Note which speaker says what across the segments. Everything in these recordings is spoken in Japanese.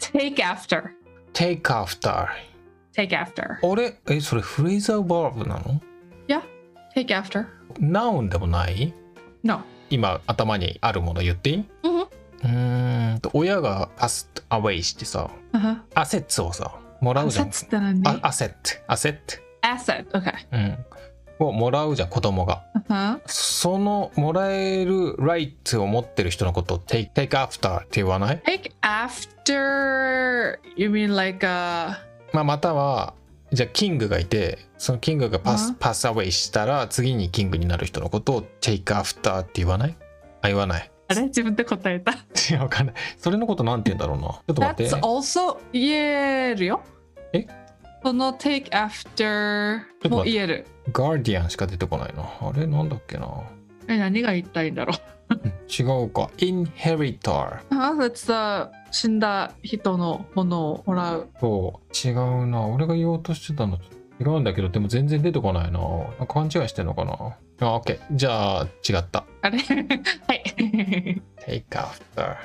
Speaker 1: take after
Speaker 2: take after
Speaker 1: take after
Speaker 2: あれえそれフレーザーバーブなの
Speaker 1: take after
Speaker 2: ナウンでもない
Speaker 1: no
Speaker 2: 今頭にあるもの言っていい
Speaker 1: うんうん
Speaker 2: うーんと親がパスアウェイしてさ
Speaker 1: あ
Speaker 2: アセッツをさもらうじゃん
Speaker 1: つって何
Speaker 2: あアセットアセット
Speaker 1: asset okay
Speaker 2: うんをもらうじゃん子供が
Speaker 1: うんうん
Speaker 2: そのもらえるライトを持ってる人のことを take, take after って言わない、
Speaker 1: take after you mean like uh
Speaker 2: まあ、またはじゃあキングがいてそのキングがパ
Speaker 1: う
Speaker 2: ス
Speaker 1: ん
Speaker 2: パスアウェイしたら次にキングになる人のことを take after って言わないあ言わない
Speaker 1: あれ自分で答えた
Speaker 2: いやわかんないそれのことなんて言うんだろうなちょっと待っ
Speaker 1: That's
Speaker 2: て
Speaker 1: also 言えるよ
Speaker 2: え
Speaker 1: その take after
Speaker 2: ちょっと待って
Speaker 1: も言える
Speaker 2: ガーディアンしか出てこないなあれなんだっけな
Speaker 1: え何が言いたいんだろう
Speaker 2: 違うか inheritor
Speaker 1: あ that's the 死んだ人のものをもらう
Speaker 2: そう違うな俺が言おうとしてたのと違うんだけどでも全然出てこないな勘違いしてんのかなあ OK じゃあ違った
Speaker 1: あれ はい
Speaker 2: take after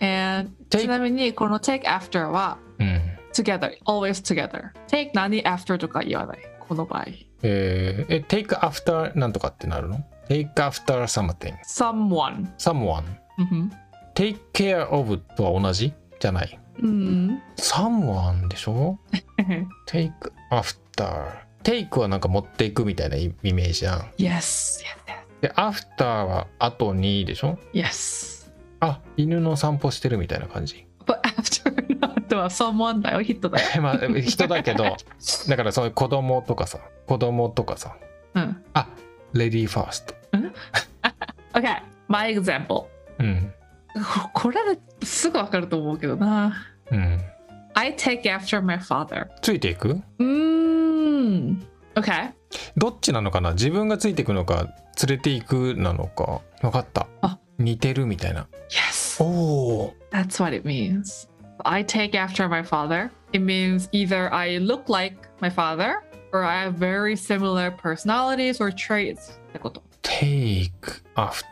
Speaker 1: And ち
Speaker 2: take
Speaker 1: なみにこの take after は
Speaker 2: うん
Speaker 1: together always together take 何 after とか言わないこの場合
Speaker 2: えーえ take after なんとかってなるの take after something
Speaker 1: someone Mm-hmm.
Speaker 2: someone
Speaker 1: うん、
Speaker 2: take care of とは同じじゃない
Speaker 1: うん
Speaker 2: someone でしょ take after take はなんか持っていくみたいなイイメージじゃん
Speaker 1: yes
Speaker 2: で after は後にでしょ
Speaker 1: yes
Speaker 2: あ犬の散歩してるみたいな感じ
Speaker 1: but after の後は someone Oh, だよヒットだよ、
Speaker 2: まあ人だけどだからそういう子供とかさ子供とかさ
Speaker 1: うん、
Speaker 2: あレディーファースト
Speaker 1: Okay, my example.
Speaker 2: うん
Speaker 1: ここれですぐわかると思うけどな。
Speaker 2: うん
Speaker 1: I take after my father.
Speaker 2: ついていく
Speaker 1: うーん。Okay.
Speaker 2: どっちなのかな自分がついていくのか連れていくなのか分かった
Speaker 1: あ
Speaker 2: 似てるみたいな
Speaker 1: Yes.
Speaker 2: おお
Speaker 1: That's what it means. I take after my father. It means either I look like my father or I have very similar personalities or traits ってこと。
Speaker 2: take after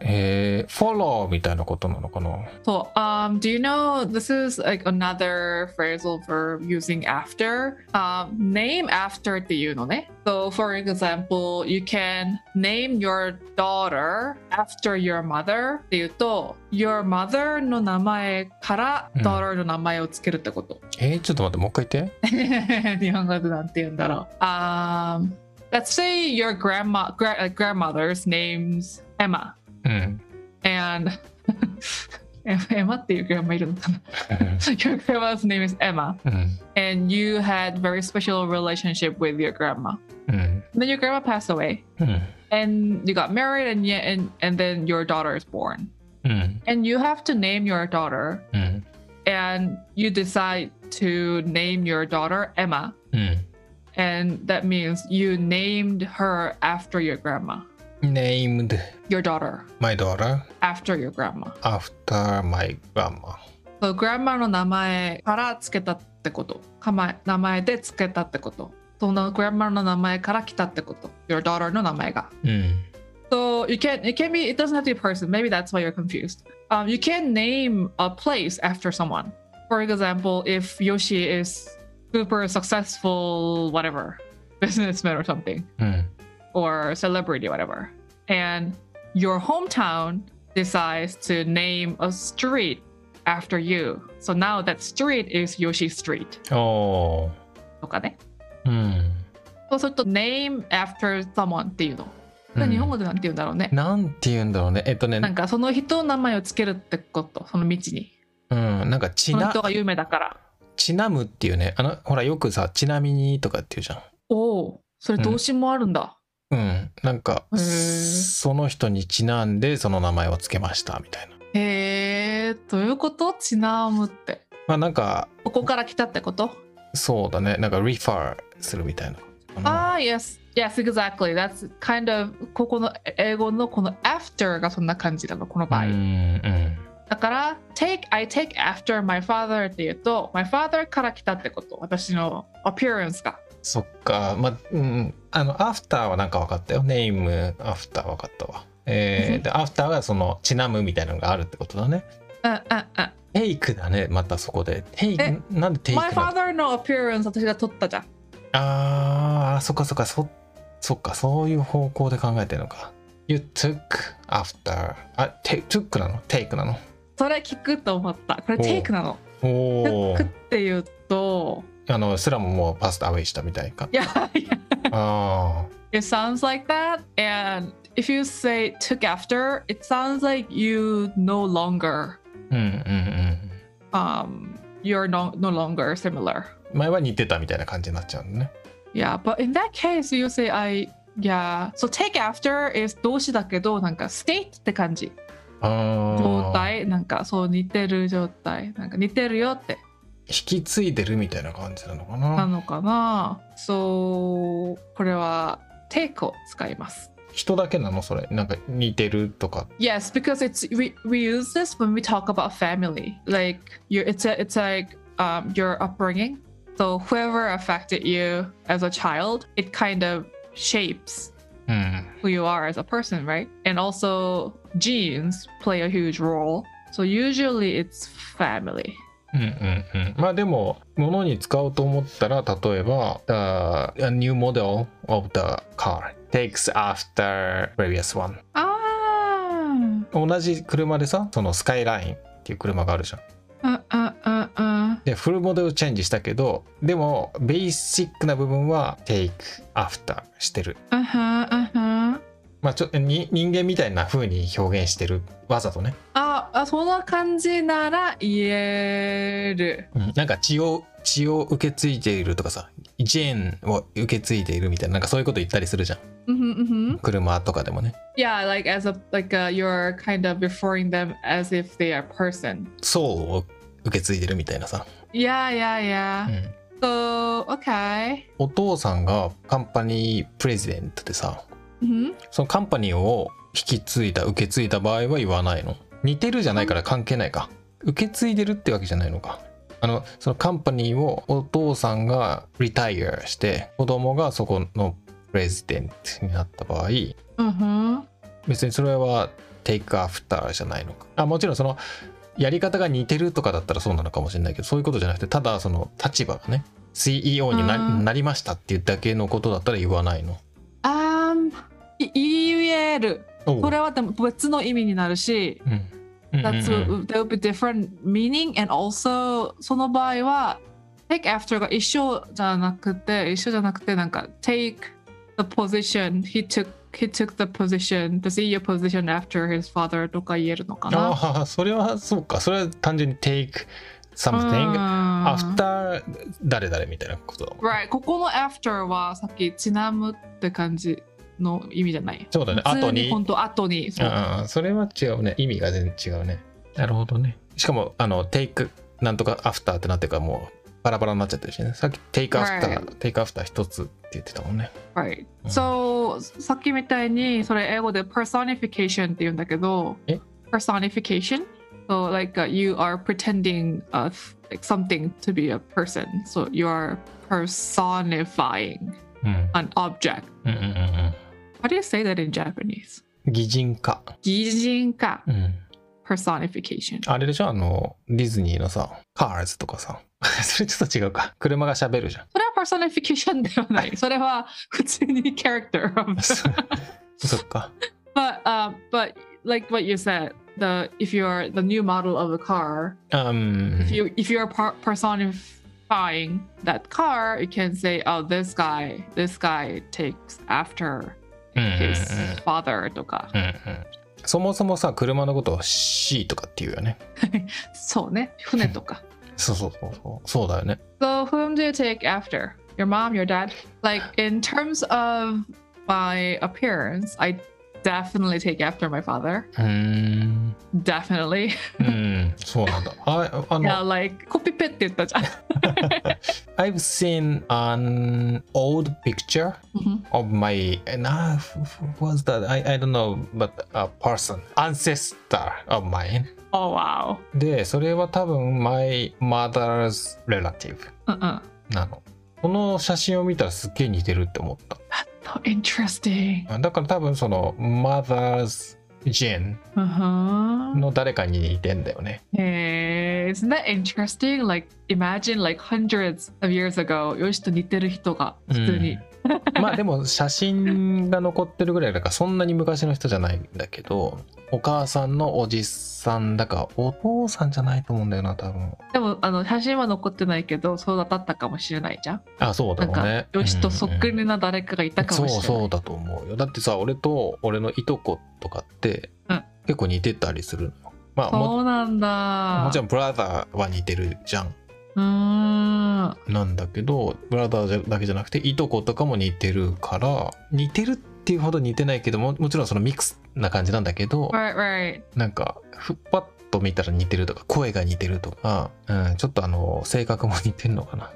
Speaker 2: えー、follow みたいなことなのかな
Speaker 1: So, um, do you know this is like another phrasal verb using after? Um, name after っていうのね。So, for example, you can name your daughter after your mother っていうと、your mother の名前から
Speaker 2: うん
Speaker 1: daughter の名前をつけるってこと。
Speaker 2: えー、ちょっと待ってもう一回言って
Speaker 1: 日本語でなんて言うんだろう。Um, let's say your grandma, gra- uh, grandmother's name's Emma
Speaker 2: うん
Speaker 1: and エマっていう grandma いるのかな your grandma's name is Emma,
Speaker 2: うん、
Speaker 1: and you had very special relationship with your grandma.
Speaker 2: うん、
Speaker 1: Then your grandma passed away,
Speaker 2: うん、
Speaker 1: and you got married, and yeah, and and then your daughter is born,
Speaker 2: うん、
Speaker 1: and you have to name your daughter,
Speaker 2: うん、
Speaker 1: and you decide to name your daughter Emma,
Speaker 2: うん。
Speaker 1: and that means you named her after your grandma,
Speaker 2: named
Speaker 1: your daughter
Speaker 2: my daughter
Speaker 1: after your grandma.
Speaker 2: after my grandma.
Speaker 1: So grandma の名前からつけたってこと。かま名前でつけたってこと。その grandma の名前から来たってこと。Your daughter の名前が。
Speaker 2: うん、
Speaker 1: So you can it can be it doesn't have to be a person. Maybe that's why you're confused. Um, you can name a place after someone. For example, if Yoshi is super successful, whatever, businessman or something,
Speaker 2: うん、
Speaker 1: or celebrity, whatever, and your hometown decides to name a street after you. So now that street is Yoshi Street.
Speaker 2: おー、
Speaker 1: とかね。
Speaker 2: うん。
Speaker 1: そうすると name after someone っていうの。
Speaker 2: うん
Speaker 1: 日本語でなんて言うんだろうね。
Speaker 2: なんて言うんだろうね。えっとね、
Speaker 1: なんかその人の名前をつけるってこと、その道に。
Speaker 2: うん、なんかち
Speaker 1: その
Speaker 2: な
Speaker 1: 人、が有名だから。
Speaker 2: ちなむっていうね、あの、ほら、よくさ、ちなみにとかって言うじゃん。
Speaker 1: おお、それ動詞もあるんだ。
Speaker 2: うん、なんか、
Speaker 1: へー
Speaker 2: その人にちなんで、その名前をつけましたみたいな。
Speaker 1: へえ、どういうことちなむって。
Speaker 2: まあ、なんか、
Speaker 1: ここから来たってこと、
Speaker 2: そうだね、なんか、refer するみたいな。
Speaker 1: ああ、yes, yes, exactly. That's kind of ここの英語のこの after がそんな感じなの、この場合。
Speaker 2: うん、うん。
Speaker 1: だから、take, I take after my father っていうと、my father から来たってこと、私の appearance が。
Speaker 2: そっか、まあ、うん、あの、アフターはなんか分かったよ。ネーム、アフター分かったわ。え
Speaker 1: う
Speaker 2: ー、
Speaker 1: ん
Speaker 2: で、アフターがその、ちなむみたいなのがあるってことだね。
Speaker 1: うんうんうん。
Speaker 2: えテイクだね、またそこで。テイ
Speaker 1: え
Speaker 2: ク、なんでテイクな
Speaker 1: My
Speaker 2: の
Speaker 1: father の appearance 私が撮ったじゃん。
Speaker 2: あーあ、そっかそっか、そ、そっか、そういう方向で考えてるのか。You took after. あ、て took なのテイクなの
Speaker 1: それ聞くと思った。これ
Speaker 2: おう
Speaker 1: テイクなの。
Speaker 2: おお
Speaker 1: took っ。て言うと、
Speaker 2: あの、スラムもパスタアウェイしたみたいか。
Speaker 1: いやいや、
Speaker 2: あ
Speaker 1: it sounds like that. And if you say took after, it sounds like you no longer,
Speaker 2: あ。うんうんうん。
Speaker 1: um, you're no, no longer similar.
Speaker 2: 前は似てたみたいな感じになっちゃうのね。
Speaker 1: Yeah, but in that case, you say I, yeah. So take after is 動詞だけど、なんか state って感じ。
Speaker 2: ああ。
Speaker 1: 状態なんかそう似てる状態なんか似てるよって
Speaker 2: 引き継いでるみたいな感じなのか
Speaker 1: な
Speaker 2: な。
Speaker 1: のかな、そうこれは take を使います
Speaker 2: 人だけなのそれ。なんか似てるとか。
Speaker 1: Yes because it's we, we use this when we talk about family like you it's a, it's like um, your upbringing so whoever affected you as a child it kind of shapes
Speaker 2: うん。
Speaker 1: who you are as a person, right? And also genes play a huge role. So usually it's family.
Speaker 2: うんうんうん、まあでも物に使おうと思ったら例えば「The a new model of the car takes after previous one
Speaker 1: あ」
Speaker 2: 同じ車でさそのスカイラインっていう車があるじゃん
Speaker 1: あ、うんうんうんうん。
Speaker 2: でフルモデルチェンジしたけどでもベーシックな部分は take after してる
Speaker 1: あはあは。
Speaker 2: まあちょっと人間みたいな風に表現してるわざとね、
Speaker 1: あ、あそんな感じなら言える。
Speaker 2: うんなんか血を血を受け継いでいるとかさジェーンを受け継いでいるみたいななんかそういうこと言ったりするじゃん
Speaker 1: うんうんうん。
Speaker 2: 車とかでもね
Speaker 1: Yeah, like as a like a, you're kind of referring them as if they are person.
Speaker 2: 層を受け継いでるみたいなさ、
Speaker 1: Yeah, yeah, yeah. So okay.
Speaker 2: お父さんがカンパニープレジデントでさ
Speaker 1: うん。
Speaker 2: そのカンパニーを引き継いだ受け継いだ場合は言わないの似てるじゃないから関係ないか受け継いでるってわけじゃないのかあのそのカンパニーをお父さんがリタイアして子供がそこのプレジデントになった場合
Speaker 1: うんふん。
Speaker 2: 別にそれはテイクアフターじゃないのかあもちろんそのやり方が似てるとかだったらそうなのかもしれないけどそういうことじゃなくてただその立場がね CEO にな
Speaker 1: うん
Speaker 2: なりましたっていうだけのことだったら言わないの。
Speaker 1: あん。い言える。
Speaker 2: おう
Speaker 1: これはでも別の意味になるし、
Speaker 2: うんうんうん
Speaker 1: that's
Speaker 2: うん
Speaker 1: there will be different meaning and also その場合は take after が一緒じゃなくて一緒じゃなくてなんか take the position he took he took the position the CEO position after his father とか言えるのかな。
Speaker 2: ああそれはそうかそれは単純に take something
Speaker 1: うん
Speaker 2: after 誰々みたいなことだもん
Speaker 1: right ここの after はさっきちなむって感じの意味じゃない。
Speaker 2: そうだね
Speaker 1: 普
Speaker 2: 後
Speaker 1: 通
Speaker 2: に
Speaker 1: に本当後にそう
Speaker 2: ああそれは違うね意味が全然違うねなるほどねしかもあのテイクなんとかアフターってなってるからもうバラバラになっちゃってるしねさっきテイクアフター、テイクアフター一つって言ってたもんね
Speaker 1: Right.
Speaker 2: うん
Speaker 1: So さっきみたいにそれ英語で personification って言うんだけど
Speaker 2: え
Speaker 1: personification so like、you uh, are pretending of like something to be a person so you are personifying
Speaker 2: うん
Speaker 1: an object
Speaker 2: うんうんうん
Speaker 1: how do you say that in Japanese
Speaker 2: うん擬人化、
Speaker 1: 擬人化
Speaker 2: うん、
Speaker 1: personification
Speaker 2: あれでしょあのディズニーのさカーズとかさ それちょっと違うか車が喋るじゃん
Speaker 1: それは personification ではないそれは普通に character of
Speaker 2: そそっか
Speaker 1: but um but like what you said the if you're the new model of a car
Speaker 2: あうん
Speaker 1: if you if you're par- personifying that car, you can say, "Oh, this guy, this guy takes after
Speaker 2: うんうんうん
Speaker 1: his father." とか、
Speaker 2: うんうんそもそもさ車のことを C とかって言うよね
Speaker 1: そうね、船とか。
Speaker 2: そうそうそうそうそうだよね
Speaker 1: so whom do you take after? Your mom, your dad? Like in terms of my appearance, I definitely take after my father.
Speaker 2: うーん
Speaker 1: Definitely.
Speaker 2: うん、そうなんだ。ああの、
Speaker 1: yeah, like コピペって言ったじゃん。
Speaker 2: I've seen an old picture
Speaker 1: うん
Speaker 2: of my, and I, who was that? I, I don't know, but a person, ancestor of mine.
Speaker 1: oh wow.
Speaker 2: で、それは多分 my mother's relative
Speaker 1: うんうん。
Speaker 2: なの。この写真を見たらすっげえ似てるって思っ
Speaker 1: So interesting.
Speaker 2: た。だから多分その mother's gene
Speaker 1: うんふん
Speaker 2: の誰かに似てんだよね。
Speaker 1: へえ isn't that interesting? Like, imagine like hundreds of years ago, よしと似てる人が普通に。
Speaker 2: うんまあでも写真が残ってるぐらいだからそんなに昔の人じゃないんだけどお母さんのおじさんだからお父さんじゃないと思うんだよな多分
Speaker 1: でも、あの、写真は残ってないけど、そうだったかもしれないじゃん。
Speaker 2: あそう
Speaker 1: な
Speaker 2: だろ
Speaker 1: ん
Speaker 2: う
Speaker 1: か
Speaker 2: ね、
Speaker 1: よしとそっく
Speaker 2: うん
Speaker 1: りな誰かがいたかもしれない。
Speaker 2: そうそうだと思うよだってさ俺と俺のいとことかって、
Speaker 1: うん
Speaker 2: 結構似てたりするのよまあ
Speaker 1: そ
Speaker 2: も
Speaker 1: うなんだ。
Speaker 2: もちろんブラザーは似てるじゃん
Speaker 1: うーん。
Speaker 2: なんだけどブラザーじゃだけじゃなくていとことかも似てるから似てるっていうほど似てないけどももちろんそのミックスな感じなんだけど、
Speaker 1: Right, right.
Speaker 2: なんかふっぱっと見たら似てるとか声が似てるとか、うん、ちょっとあの性格も似てるのかな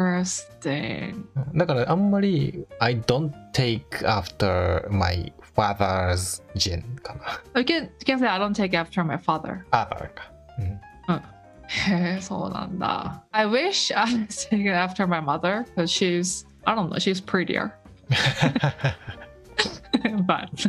Speaker 1: Interesting.
Speaker 2: うんだからあんまり I don't take after my father's gen かな
Speaker 1: You can, you can say I don't take after my father.
Speaker 2: other か、うん、
Speaker 1: へえそうなんだ。I wish I was taken after my mother because she's, I don't know, she's prettier. but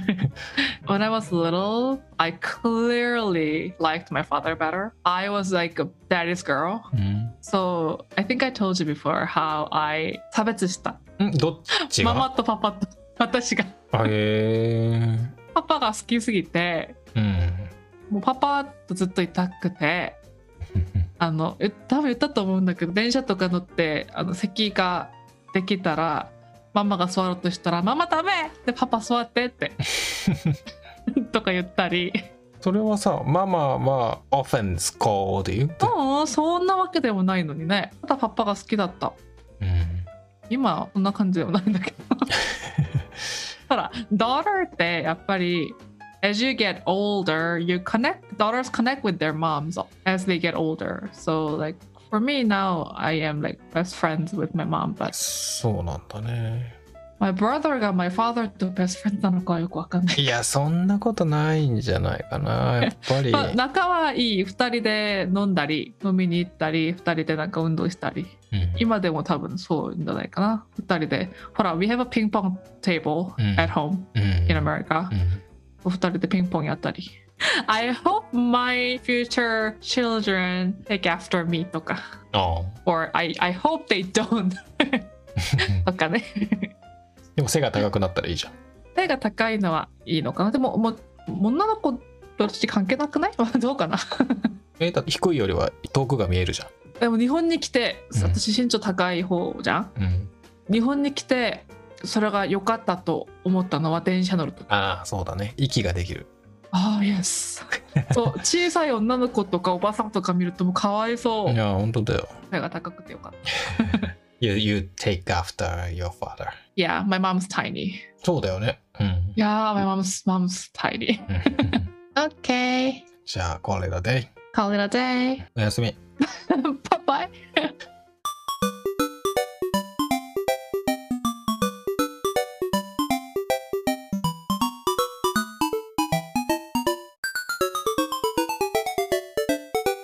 Speaker 1: when I was little, I clearly liked my father better. I was like a daddy's girl.
Speaker 2: うん、
Speaker 1: So I think I told you before how I 差別した。
Speaker 2: うんどっちが
Speaker 1: ママとパパと私が。
Speaker 2: あへ
Speaker 1: パパが好きすぎて、
Speaker 2: えうん
Speaker 1: もうパパとずっといたくて、あのえ多分言ったと思うんだけど電車とか乗ってあの席ができたらママが座ろうとしたら「ママダメ!」って「パパ座って」ってとか言ったり
Speaker 2: それはさママは often scold you
Speaker 1: 「うんそんなわけでもないのにねただパパが好きだった
Speaker 2: うん
Speaker 1: 今はそんな感じでもないんだけどただ daughter ってやっぱり As you get older, you connect, daughters connect with their moms as they get older. So, like, for me now, I am like best friends with my mom, but
Speaker 2: そうなんだね
Speaker 1: My brother が my father と best friend なのかはよくわかんない。
Speaker 2: いやそんなことないんじゃないかなやっぱり
Speaker 1: まあ、仲はいい2人で飲んだり飲みに行ったり2人でなんか運動したり
Speaker 2: うん
Speaker 1: 今でも多分そうじゃないかな2人でほら We have a ping pong table
Speaker 2: うん
Speaker 1: at home
Speaker 2: うん
Speaker 1: in America お二人でピンポンやったり I hope my future children take after me とか
Speaker 2: ああ
Speaker 1: or I, I hope they don't とかね
Speaker 2: でも背が高くなったらいいじゃん
Speaker 1: 手が高いのはいいのかなでももう女の子とち関係なくない どうかな
Speaker 2: えだって低いよりは遠くが見えるじゃ
Speaker 1: でも日本に来て
Speaker 2: うん
Speaker 1: 私身長高い方じゃん、
Speaker 2: ん、うん、
Speaker 1: 日本に来てそれが良かったと思ったのは電車乗ると
Speaker 2: ああそうだね息ができる
Speaker 1: ああイエス そう小さい女の子とかおばさんとか見るともうかわいそう
Speaker 2: いや本当だよ
Speaker 1: 背が高くてよかった
Speaker 2: you, you take after your father
Speaker 1: Yeah my mom's tiny
Speaker 2: そうだよねうん
Speaker 1: Yeah my mom's mom's tiny
Speaker 2: うん
Speaker 1: Okay
Speaker 2: じゃあこれだで
Speaker 1: call it a day
Speaker 2: おやすみ
Speaker 1: Bye bye